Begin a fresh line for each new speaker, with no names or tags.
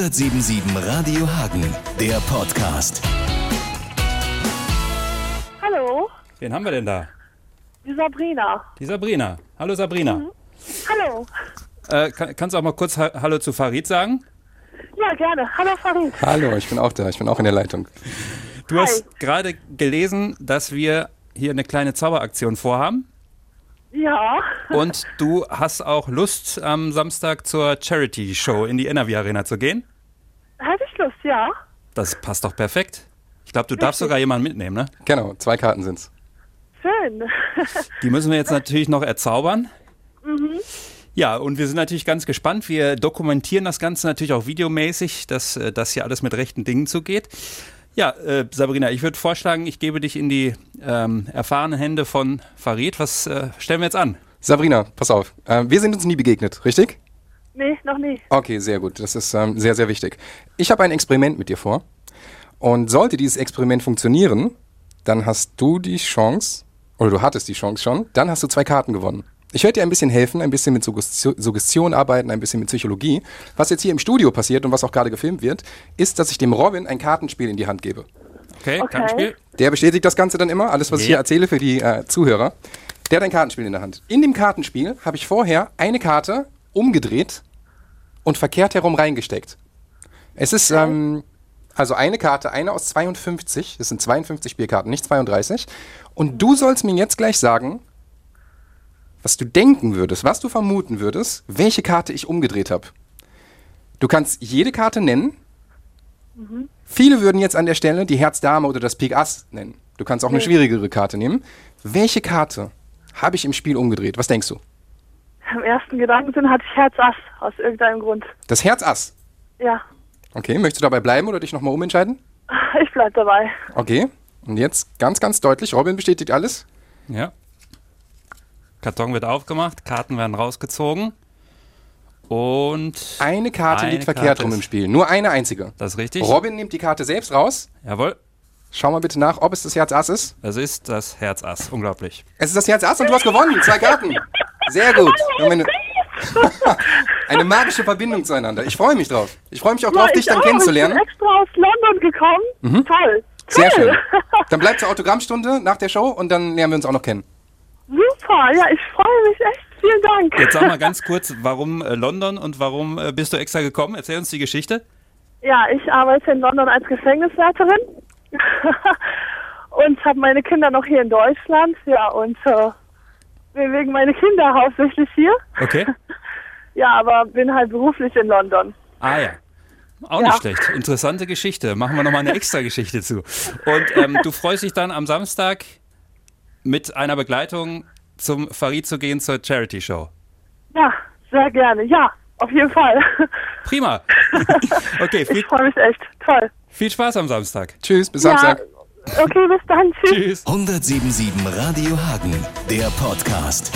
177 Radio Hagen, der Podcast.
Hallo,
Wen haben wir denn da?
die Sabrina.
Die Sabrina. Hallo Sabrina.
Hallo.
Äh, kann, kannst du auch mal kurz ha Hallo zu Farid sagen?
Ja, gerne. Hallo, Farid.
Hallo, ich bin auch da, ich bin auch in der Leitung.
Du
Hi.
hast gerade gelesen, dass wir hier eine kleine Zauberaktion vorhaben.
Ja,
Und du hast auch Lust, am Samstag zur Charity-Show in die NRW Arena zu gehen.
hätte ich Lust, ja.
Das passt doch perfekt. Ich glaube, du darfst sogar jemanden mitnehmen, ne?
Genau, zwei Karten sind's.
Schön.
Die müssen wir jetzt natürlich noch erzaubern. Ja, und wir sind natürlich ganz gespannt. Wir dokumentieren das Ganze natürlich auch videomäßig, dass äh, das hier alles mit rechten Dingen zugeht. Ja, äh, Sabrina, ich würde vorschlagen, ich gebe dich in die ähm, erfahrenen Hände von Farid. Was äh, stellen wir jetzt an?
Sabrina, pass auf. Ähm, wir sind uns nie begegnet, richtig?
nee, noch nie.
Okay, sehr gut. Das ist ähm, sehr, sehr wichtig. Ich habe ein Experiment mit dir vor. Und sollte dieses Experiment funktionieren, dann hast du die Chance, oder du hattest die Chance schon, dann hast du zwei Karten gewonnen. Ich werde dir ein bisschen helfen, ein bisschen mit Suggestio- Suggestion arbeiten, ein bisschen mit Psychologie. Was jetzt hier im Studio passiert und was auch gerade gefilmt wird, ist, dass ich dem Robin ein Kartenspiel in die Hand gebe.
Okay,
Okay.
Kartenspiel.
Der bestätigt das Ganze dann immer, alles, was ich
Ja.
hier erzähle für die äh, Zuhörer. Der hat ein Kartenspiel in der Hand. In dem Kartenspiel habe ich vorher eine Karte umgedreht und verkehrt herum reingesteckt. Es ist ähm, also eine Karte, eine aus 52. Das sind 52 Spielkarten, nicht 32. Und du sollst mir jetzt gleich sagen, was du denken würdest, was du vermuten würdest, welche Karte ich umgedreht habe. Du kannst jede Karte nennen. Viele würden jetzt an der Stelle die Herz-Dame oder das Pik Ass nennen. Du kannst auch eine schwierigere Karte nehmen. Welche Karte habe ich im Spiel umgedreht? Was denkst du?
Im ersten Gedankensinn hatte ich Herz Ass, aus irgendeinem Grund.
Das Herz Ass.
Ja,
Okay, möchtest du dabei bleiben oder dich nochmal umentscheiden?
ich bleib dabei.
Okay, und jetzt ganz, ganz deutlich, Robin bestätigt alles.
Ja. Karton wird aufgemacht, Karten werden rausgezogen. Und
Eine Karte
Eine
liegt verkehrt
Karte
rum
ist-
im Spiel, nur eine einzige.
das ist richtig.
Robin nimmt die Karte selbst raus.
Jawohl,
Schau mal bitte nach, ob es das Herz Ass ist.
das ist das Herz Ass. Unglaublich.
Es ist das Herz Ass und du hast gewonnen. Zwei Karten. Sehr gut. Wir haben Eine, eine magische Verbindung zueinander. Ich freue mich drauf. Ich freue mich auch drauf,
Ja,
dich
ich
dann
auch.
kennenzulernen. Mhm.
Ich bin extra aus London gekommen. Toll.
Sehr schön.
Toll.
Dann bleibt zur Autogrammstunde nach der Show und dann lernen wir uns auch noch kennen.
Super, ja, ich freue mich echt. Vielen Dank.
Jetzt sag mal ganz kurz, warum äh, London und warum äh, bist du extra gekommen? Erzähl uns die Geschichte.
Ja, ich arbeite in London als Gefängniswärterin und habe meine Kinder noch hier in Deutschland. Ja, und äh, wegen meine Kinder hauptsächlich hier.
Okay.
Ja, aber bin halt beruflich in London.
Ah ja. Auch
Ja.
nicht schlecht. Interessante Geschichte. Machen wir nochmal eine extra Geschichte zu. Und ähm, du freust dich dann am Samstag mit einer Begleitung zum Farid zu gehen zur Charity Show.
Ja, sehr gerne. Ja, auf jeden Fall.
Prima. Okay, viel,
Ich freue mich echt. Toll.
viel Spaß am Samstag.
Tschüss, bis Samstag.
Ja, okay, bis dann. Tschüss.
Tschüss.
177 Radio Hagen, der Podcast.